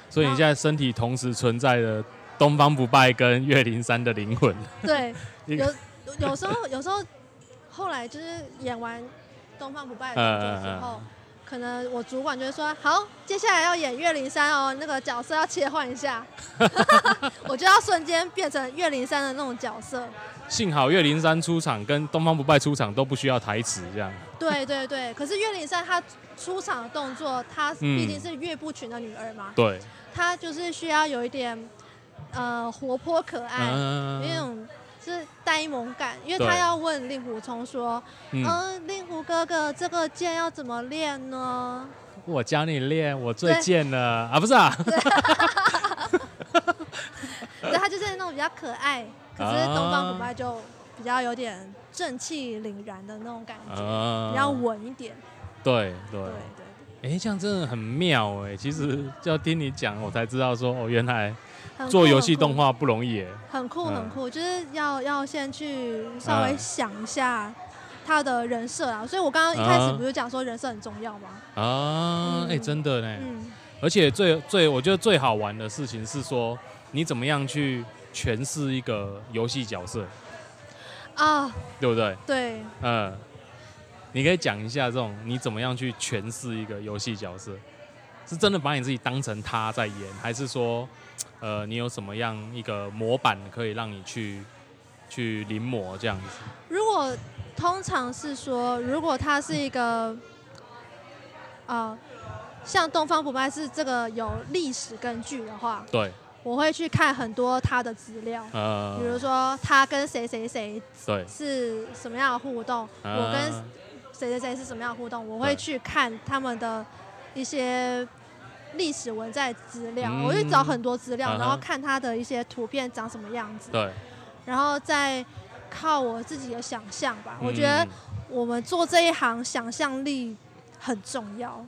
所以你现在身体同时存在的东方不败跟岳灵珊的灵魂，
对，
一
有有时候有时候后来就是演完《东方不败》
嗯
的动作之后，可能我主管就会说：“好，接下来要演岳灵珊哦，那个角色要切换 一下。”我就要瞬间变成岳灵珊的那种角色。
幸好岳灵珊出场跟东方不败出场都不需要台词，这样
对对对，可是岳灵珊她出场的动作，她毕
嗯
竟是岳不群的女儿嘛，
对，
她就是需要有一点呃活泼可爱，有一
嗯，
种是呆萌感，因为
对
她要问令狐冲说。
嗯，
嗯，令狐哥哥，这个剑要怎么练 呢？
我教你练，我最
对
贱了啊，不是啊，
对，他就是那种比较可爱，可是东方不败就比较有点正气凛然的那种感觉，
啊
比较稳一点。
对
对
对。
对
哎、这样真的很妙哎、其实要听你讲，我才知道说哦，原来
对，
做游戏动画不容易哎、
很酷
嗯
很酷，就是要要先去稍微
嗯
想一下他的人设啊。所以我刚刚一开始
嗯
不是讲说人设很重要吗？
啊，哎、
嗯
真的呢、
嗯，
而且最最我觉得最好玩的事情是说，你怎么样去诠释一个游戏角色，
啊，
对不对？
对，
嗯，你可以讲一下这种你怎么样去诠释一个游戏角色，是真的把你自己当成他在演，还是说，呃，你有什么样一个模板可以让你去去临摹这样子？
如果通常是说，如果他是一个，呃，像东方不败是这个有历史根据的话，
对，
我会去看很多他的资料，
呃，
比如说他跟谁谁谁
对，
是什么样的互动，我跟
啊
谁谁谁是什么样的互动，我会去看他们的一些历史文在资料，
嗯
我去找很多资料，
嗯哼
然后看它的一些图片长什么样子，
对，嗯
然后再靠我自己的想象吧。我
嗯
觉得我们做这一行想象力很重要，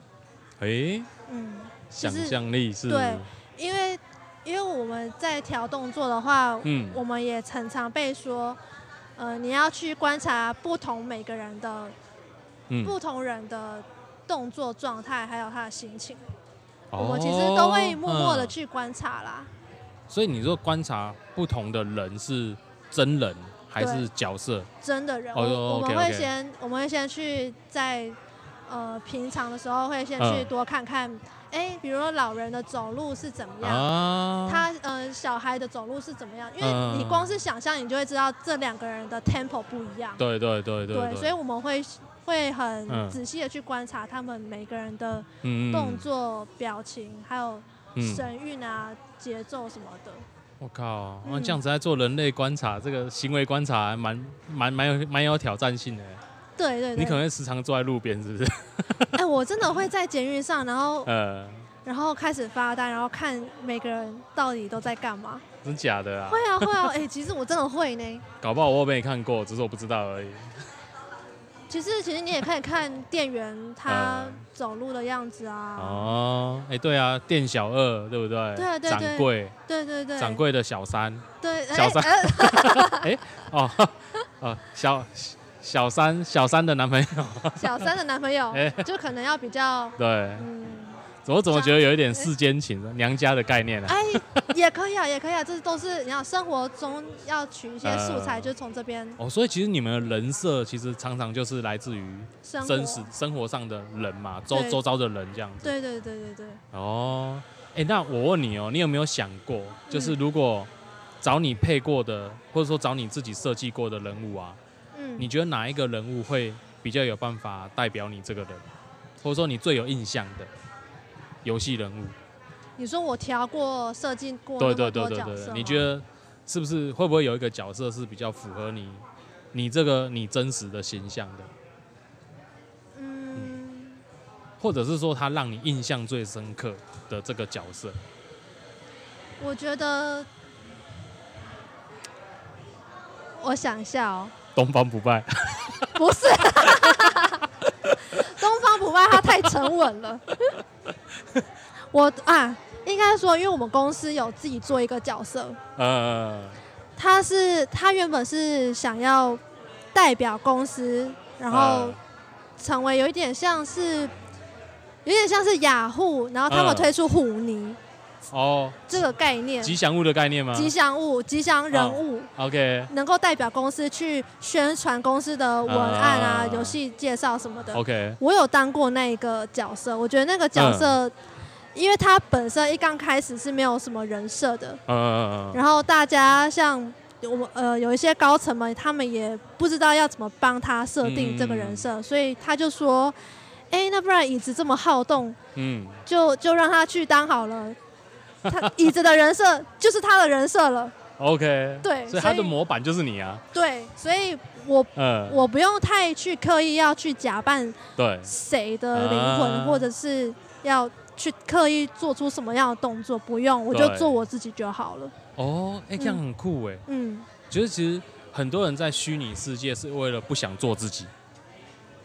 诶，
嗯，
想
是
象力是，
对因为因为我们在调动作的话，
嗯，
我们也常常被说，呃，你要去观察不同每个人的、
嗯，
不同人的动作状态，还有他的心情。
哦
我们其实都会默默的
嗯
去观察啦。
所以你说观察不同的人是真人还是角色？
真的人，
哦哟
我我们
OK，OK
会先我们会先去在呃平常的时候会先
嗯
去多看看，哎、比如说老人的走路是怎么样。
啊，
他呃，小孩的走路是怎么样？因
嗯
为你光是想象，你就会知道这两个人的 tempo 不一样。
对对对
对所以我们会会
嗯
很仔细的去观察他们每个人的
嗯
动作、表情，还有
嗯，
神韵啊、节奏什么的。
我靠，那
嗯
这样子在做人类观察，这个行为观察还蛮蛮蛮有蛮有挑战性的。
对对对，
你可能会时常坐在路边，是不 是？
哎、我真的会在监狱上，然后
呃，
然后开始发呆，然后看每个人到底都在干嘛。
真假的啊
会？啊会啊，哎、其实我真的会呢。
搞不好我有被你看过，只是我不知道而已。
其实其实你也可以看店员他
嗯
走路的样子啊。
哦，哎，对啊，店小二，对不对？
对对对
掌柜，
对对对，
掌柜的小三，
对，哎
小三
哎
哦，哦，小小三，小三的男朋友，
呃 小三的男朋友
哎
就可能要 比较
对，
嗯。
我怎么觉得有一点世间情、娘家的概念呢、啊？
哎，也可以啊，也可以啊，这都是你要生活中要取一些素材，
呃
就从这边
哦，所以其实你们的人设其实常常就是来自于
生活。
真实生活上的人嘛，周
对
周遭的人这样子。
对对对对对，
哦，哎、那我问你哦，你有没有想过，
嗯
就是如果找你配过的，或者说找你自己设计过的人物啊，
嗯，
你觉得哪一个人物会比较有办法代表你这个人，或者说你最有印象的游戏人物？
你说我调过设计过
对
那
对
么
对
多
对
角
对
色
对，
吗，
你觉得是不是会不会有一个角色是比较符合你你这个你真实的形象的，
嗯，
或者是说他让你印象最深刻的这个角色？
我觉得，我想一下哦，
东方不败，
不是， 东方不败他太沉稳了。 我啊，应该说，因为我们公司有自己做一个角色，
呃，
他是他原本是想要代表公司，然
呃
后
啊
成为有一点像是，有点像是雅虎，然后他们
嗯
推出虎泥
呃哦，
这个概念，
吉祥物啊的概念吗？
吉祥物、吉祥人物。
OK
能够代表公司去宣传公司的文案啊
啊、
游戏介绍什么的。
OK，
我有当过那一个角色，我觉得那个角
嗯
色，因为他本身一刚开始是没有什么人设的，
呃，
然后大家像我们呃有一些高层们，他们也不知道要怎么帮他设定这个人
嗯
设，所以他就说：“哎，那不然椅子这么好动，
嗯，
就就让他去当好了。”他 椅子的人设就是他的人设了，
OK，
对
所以
所
它
以
的模板就是你啊，
对，所以我
嗯，
我不用太去刻意要去假扮
对，
谁的灵魂，
啊
或者是要去刻意做出什么样的动作，不用，我就
对
做我自己就好了。
哦，哎，这样很酷哎，
嗯，
就是其实很多人在虚拟世界是为了不想做自己，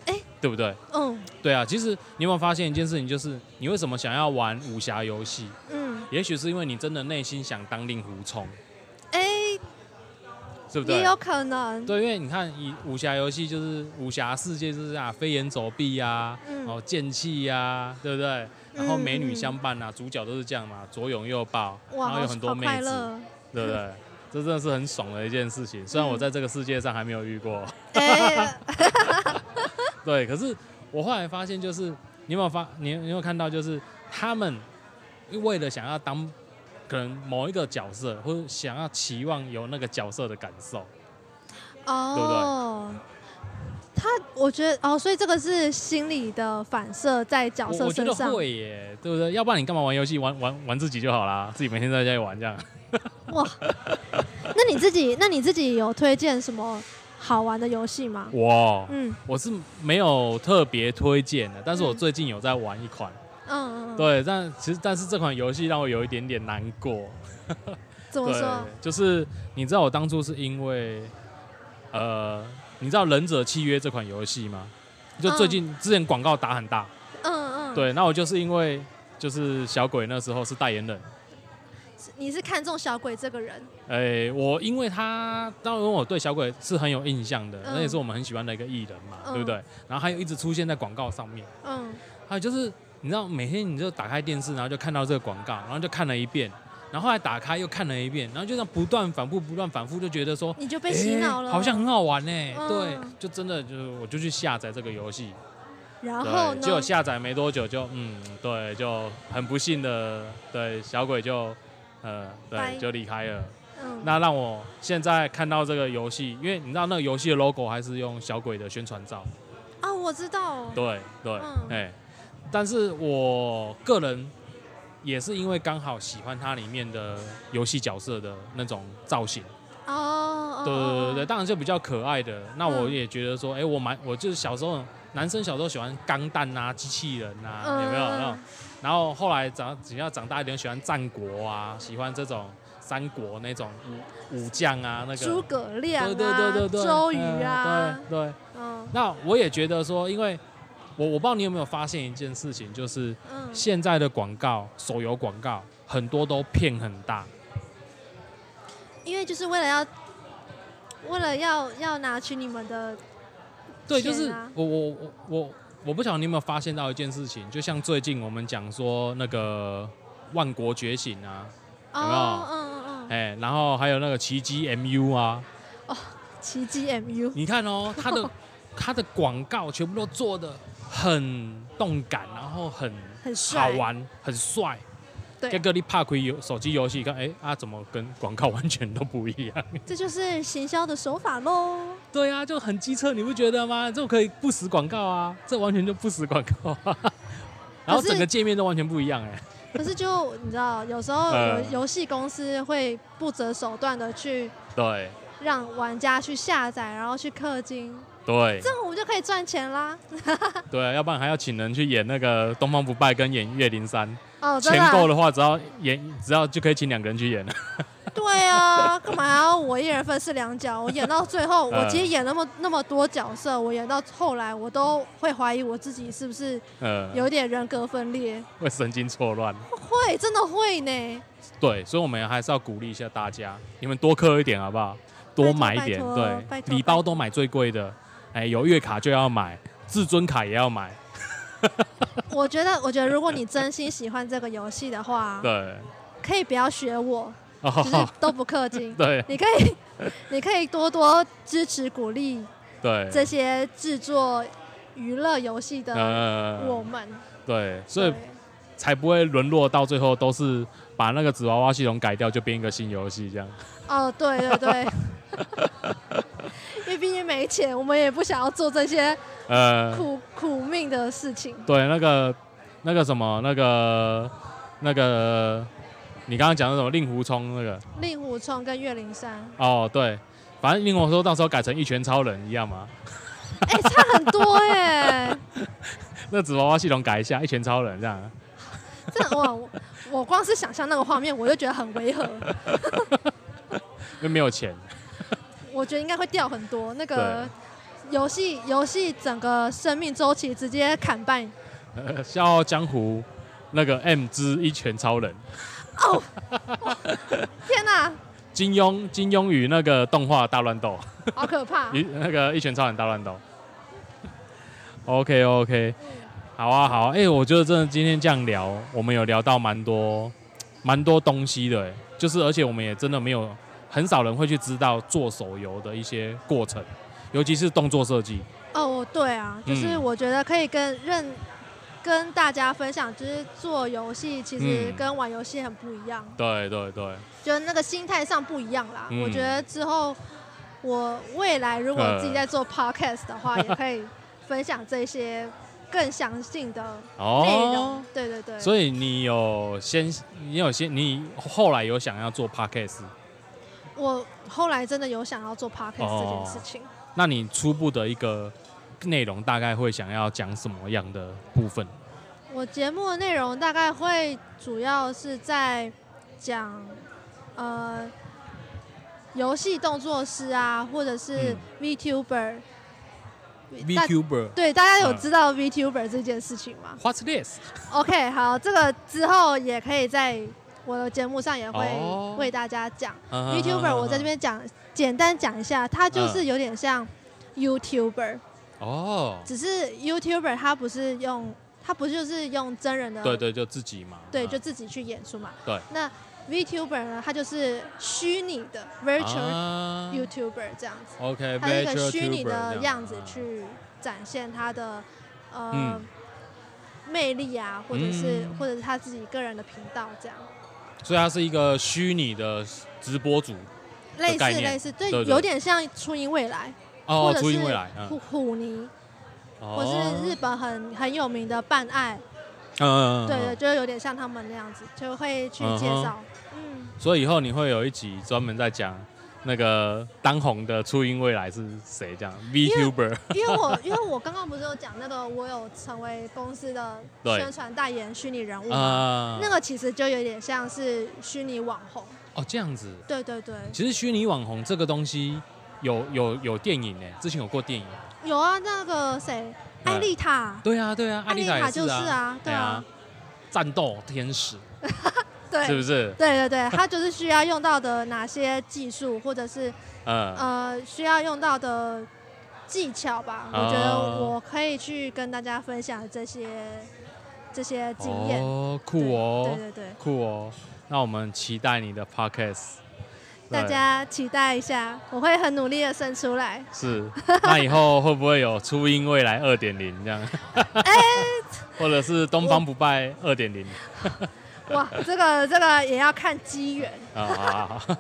哎，
对不对？
嗯
对啊，其实你有没有发现一件事情，就是你为什么想要玩武侠游戏？
嗯，
也许是因为你真的内心想当令狐冲，
哎、
对不对？
也有可能。
对，因为你看，以武侠游戏就是武侠世界就是啊，飞檐走壁啊，
嗯
然后剑气呀，对不对？然后美女
嗯
相伴啊，主角都是这样嘛，左拥右抱，然
哇，
后
好
有很多
好
妹
快
子，
乐。
对不对？这真的是很爽的一件事情。虽然我
嗯
在这个世界上还没有遇过，
哎、
对，可是我后来发现，就是你有没有发，你你有没有看到，就是他们为了想要当可能某一个角色，或者想要期望有那个角色的感受，
哦。他，我觉得哦，所以这个是心理的反射在角
我
色
我觉
身
得
上。
会耶，对不对？要不然你干嘛玩游戏？玩玩玩自己就好啦，自己每天在家里玩这样。
哇，那你自己，那你自己有推荐什么好玩的游戏吗？
哇，
嗯
我是没有特别推荐的，但是我
嗯
最近有在玩一款，
嗯嗯，嗯，
对，但其实但是这款游戏让我有一点点难过。
怎么
对
说？，
就是你知道我当初是因为，呃，你知道《忍者契约》这款游戏吗？就最近、之前广告打很大，
嗯嗯嗯，，
对，那我就是因为就是小鬼那时候是代言人，
你是看中小鬼这个人，
哎、我因为他，当然我对小鬼是很有印象的，
嗯
那也是我们很喜欢的一个艺人嘛，
嗯
对不对？然后还有一直出现在广告上面，
嗯
还有就是你知道每天你就打开电视，然后就看到这个广告，然后就看了一遍，然后后来打开又看了一遍，然后就这样不断反复不断反复，就觉得说
你就被洗脑了、
欸好像很好玩呢、
嗯
对，就真的就是我就去下载这个游戏，
然后
对，
呢？
结果下载没多久就嗯，对，就很不幸的，对，小鬼就呃，
拜
对，就离开了。
嗯，
那让我现在看到这个游戏，因为你知道那个游戏的 logo 还是用小鬼的宣传照，
哦，我知道，
对对，哎、
嗯
但是我个人。也是因为刚好喜欢它里面的游戏角色的那种造型，
哦哦，
对对对对，当然就比较可爱的。那我
嗯
也觉得说，哎、我蛮我就是小时候男生小时候喜欢钢弹啊、机器人啊，
嗯
有没有那种？然后后来长只要长大一点，喜欢战国啊，喜欢这种三国那种武武将啊，那
诸
个。
葛嗯亮啊，
对对对对对，
周瑜
嗯
啊，
对对。
嗯
那我也觉得说，因为我我不知道你有没有发现一件事情，就是
嗯，
现在的广告，手游广告很多都骗很大。
因为就是为了要，为了要要拿取你们的，
对，
钱
就是
啊
我我我我我不晓得你有没有发现到一件事情，就像最近我们讲说那个《万国觉醒》啊，有没有
哦，嗯嗯嗯，
哎、然后还有那个《奇迹 MU》啊，
奇迹 MU，
你看哦，它 的它的广告全部都做的很动感，然后很好
很帅，
玩，很帅。
对
跟个你怕亏游手机游戏，看哎、啊怎么跟广告完全都不一样？
这就是行销的手 法喽。
对啊，就很机车，你不觉得吗？这种可以不死广告啊，这完全就不死广告 啊。然后整个界面都完全不一样哎、
可是就你知道，有时候
呃
游游戏公司会不择手段的去
对
让玩家去下载，然后去氪金，
对
这样我们就可以赚钱啦。
对，要不然还要请人去演那个《东方不败》跟演《岳灵珊》
哦，真的
钱够
啊，
的话，只要演只要就可以请两个人去演了。
对啊，干嘛要我一人分饰两角？我演到 最后，
呃
我其实演那么那么多角色，我演到后来，我都会怀疑我自己是不是
呃，
有点人格分裂，
会神经错乱。
会真的会呢。
对，所以我们还是要鼓励一下大家，你们多氪一点好不好？多买一点
拜，托拜
对，
托
礼包都买最贵的，哎，有月卡就要买，至尊卡也要买，
我觉得，我觉得如果你真心喜欢这个游戏的话，
对，
可以不要 学我，啊就是
哦，。
都不氪金
对
你可以，你可以多多支持鼓励
对，
这些制作娱乐游戏的我
呃，
们，
对，所以才不会沦落到最后都是把那个纸娃娃系统改掉，就编一个新游戏这样。
哦，对对 对，因为毕竟没钱，我们也不想要做这些
呃，
苦苦命的事情。
对，那个那个什么，那个那个，你刚刚讲的什么令狐冲那个？
令狐冲跟岳灵珊，
哦，对，反正令狐冲到时候改成一拳超人一样嘛。
哎、差很多哎、
那纸娃娃系统改一下，一拳超人这样。
这哇我我光是想象那个画面，我就觉得很违和。
又没有钱，
我觉得应该会掉很多。那个游戏游戏整个生命周期直接砍半，
呃《笑傲江湖》那个 M 之一拳超人，
天哪、
金庸金庸与那个动画大乱斗，
好可怕！
与那个一拳超人大乱斗。OK OK，好啊好啊，哎、我觉得真的今天这样聊，我们有聊到蛮多蛮多东西的、哎，就是而且我们也真的没有很少人会去知道做手游的一些过程，尤其是动作设计。
哦，对啊，就是
嗯
我觉得可以跟认跟大家分享，就是做游戏其实
嗯
跟玩游戏很不一样，
对对对，
就是那个心态上不一样啦。
嗯
我觉得之后我未来如果
呃
自己在做 podcast 的话，也 可以分享这些更详尽的
哦
内容。对对对，
所以你有先，你有先，你后来有想要做 podcast，
我后来真的有想要做 podcast 这件事情。
那你初步的一个内容大概会想要讲什么样的部分？
我节目的内容大概会主要是在讲，呃，游戏动作师啊，或者是
嗯
VTuber。大
？VTuber。
对大家有
嗯
知道 VTuber 这件事情吗
What's this？
？OK，好，这个之后也可以在我的节目上也会
哦
为大家讲。
啊
VTuber 我在这边讲，简单讲一下，它
嗯
就是有点像 YouTuber，
哦，
只是 YouTuber 它不是用，它不就是用真人的
对对，就自己嘛。
对，
嗯
就自己去演出嘛。
对。
那 VTuber 呢，它就是虚拟的 virtual
啊
YouTuber 这样子，
OK，
它是一个虚
VTuber
拟
这
的
样
样子
啊
去展现它的呃
嗯
魅力啊，或者是
嗯
或者是他自己个人的频道这样，
所以它是一个虚拟的直播主
类似
概念
类似，对，
对对
有点像初音未来，
哦
或，者
初音
是
未来，嗯
虎虎尼，或
哦
是日本很很有名的办爱，
嗯嗯嗯，嗯
对对，，就是有点像他们那样子，就会去介
嗯哼
绍，嗯。
所以以后你会有一集专门在讲那个当红的初音未来是谁，这样 VTuber
因为我因为我刚刚不是有讲那个我有成为公司的
对
宣传代言虚拟人物吗？
啊
嗯那个其实就有点像是虚拟网红，
哦这样子，
对对对，
其实虚拟网红这个东西有有有电影呢，之前有过电影，
有啊，那个谁，
嗯
艾丽塔，
对啊对啊，
艾
丽
丽
塔
塔
也
就是
啊，
啊，对啊，，
战斗天使
对
是不是？
对对对，它就是需要用到的哪些技术，或者是
嗯，
呃需要用到的技巧吧？我觉得我可以去跟大家分享这些这些经验，
哦，酷哦
对，对对，
酷哦，那我们期待你的 podcast。
大
对
家期待一下，我会很努力的生出来。
是，那以后会不会有初音未来二点零这样？
哎
或者是东方不败二点零
哇，这个这个也要看机缘、
啊好好？好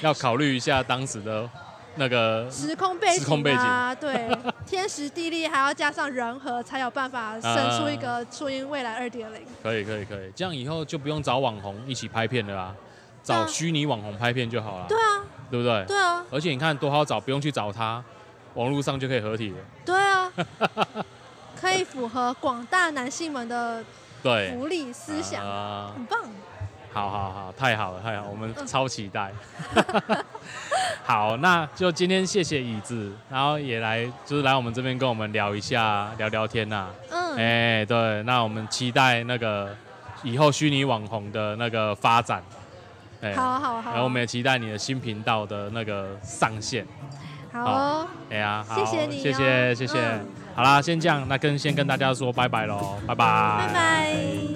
要考虑一下当时的那个
时空背景、啊、
时空背景
对， 天时地利还要加上人和，才有办法生出一
啊
个初音未来二点零。
可以可以可以，这样以后就不用找网红一起拍片了啦，找
对啊
虚拟网红拍片就好了，
对啊，
对不对？
对啊，
而且你看多好找，不用去找他，网络上就可以合体了。
对 啊，可以符合广大男性们的
对，
福利思想，
啊
很棒。
好好好，太好了，太好了，我们超期 待。好，那就今天谢谢椅子，然后也来就是来我们这边跟我们聊一下，聊聊天呐、
嗯，
哎、对，那我们期待那个以后虚拟网红的那个发展。哎
好啊好啊好
然后我们
啊，
也期待你的新频道的那个上线。
好哦，
哎呀，好，
谢谢你哦
谢谢，谢谢
嗯
好啦，先这样，那跟先跟大家说拜拜喽，拜拜，
拜拜。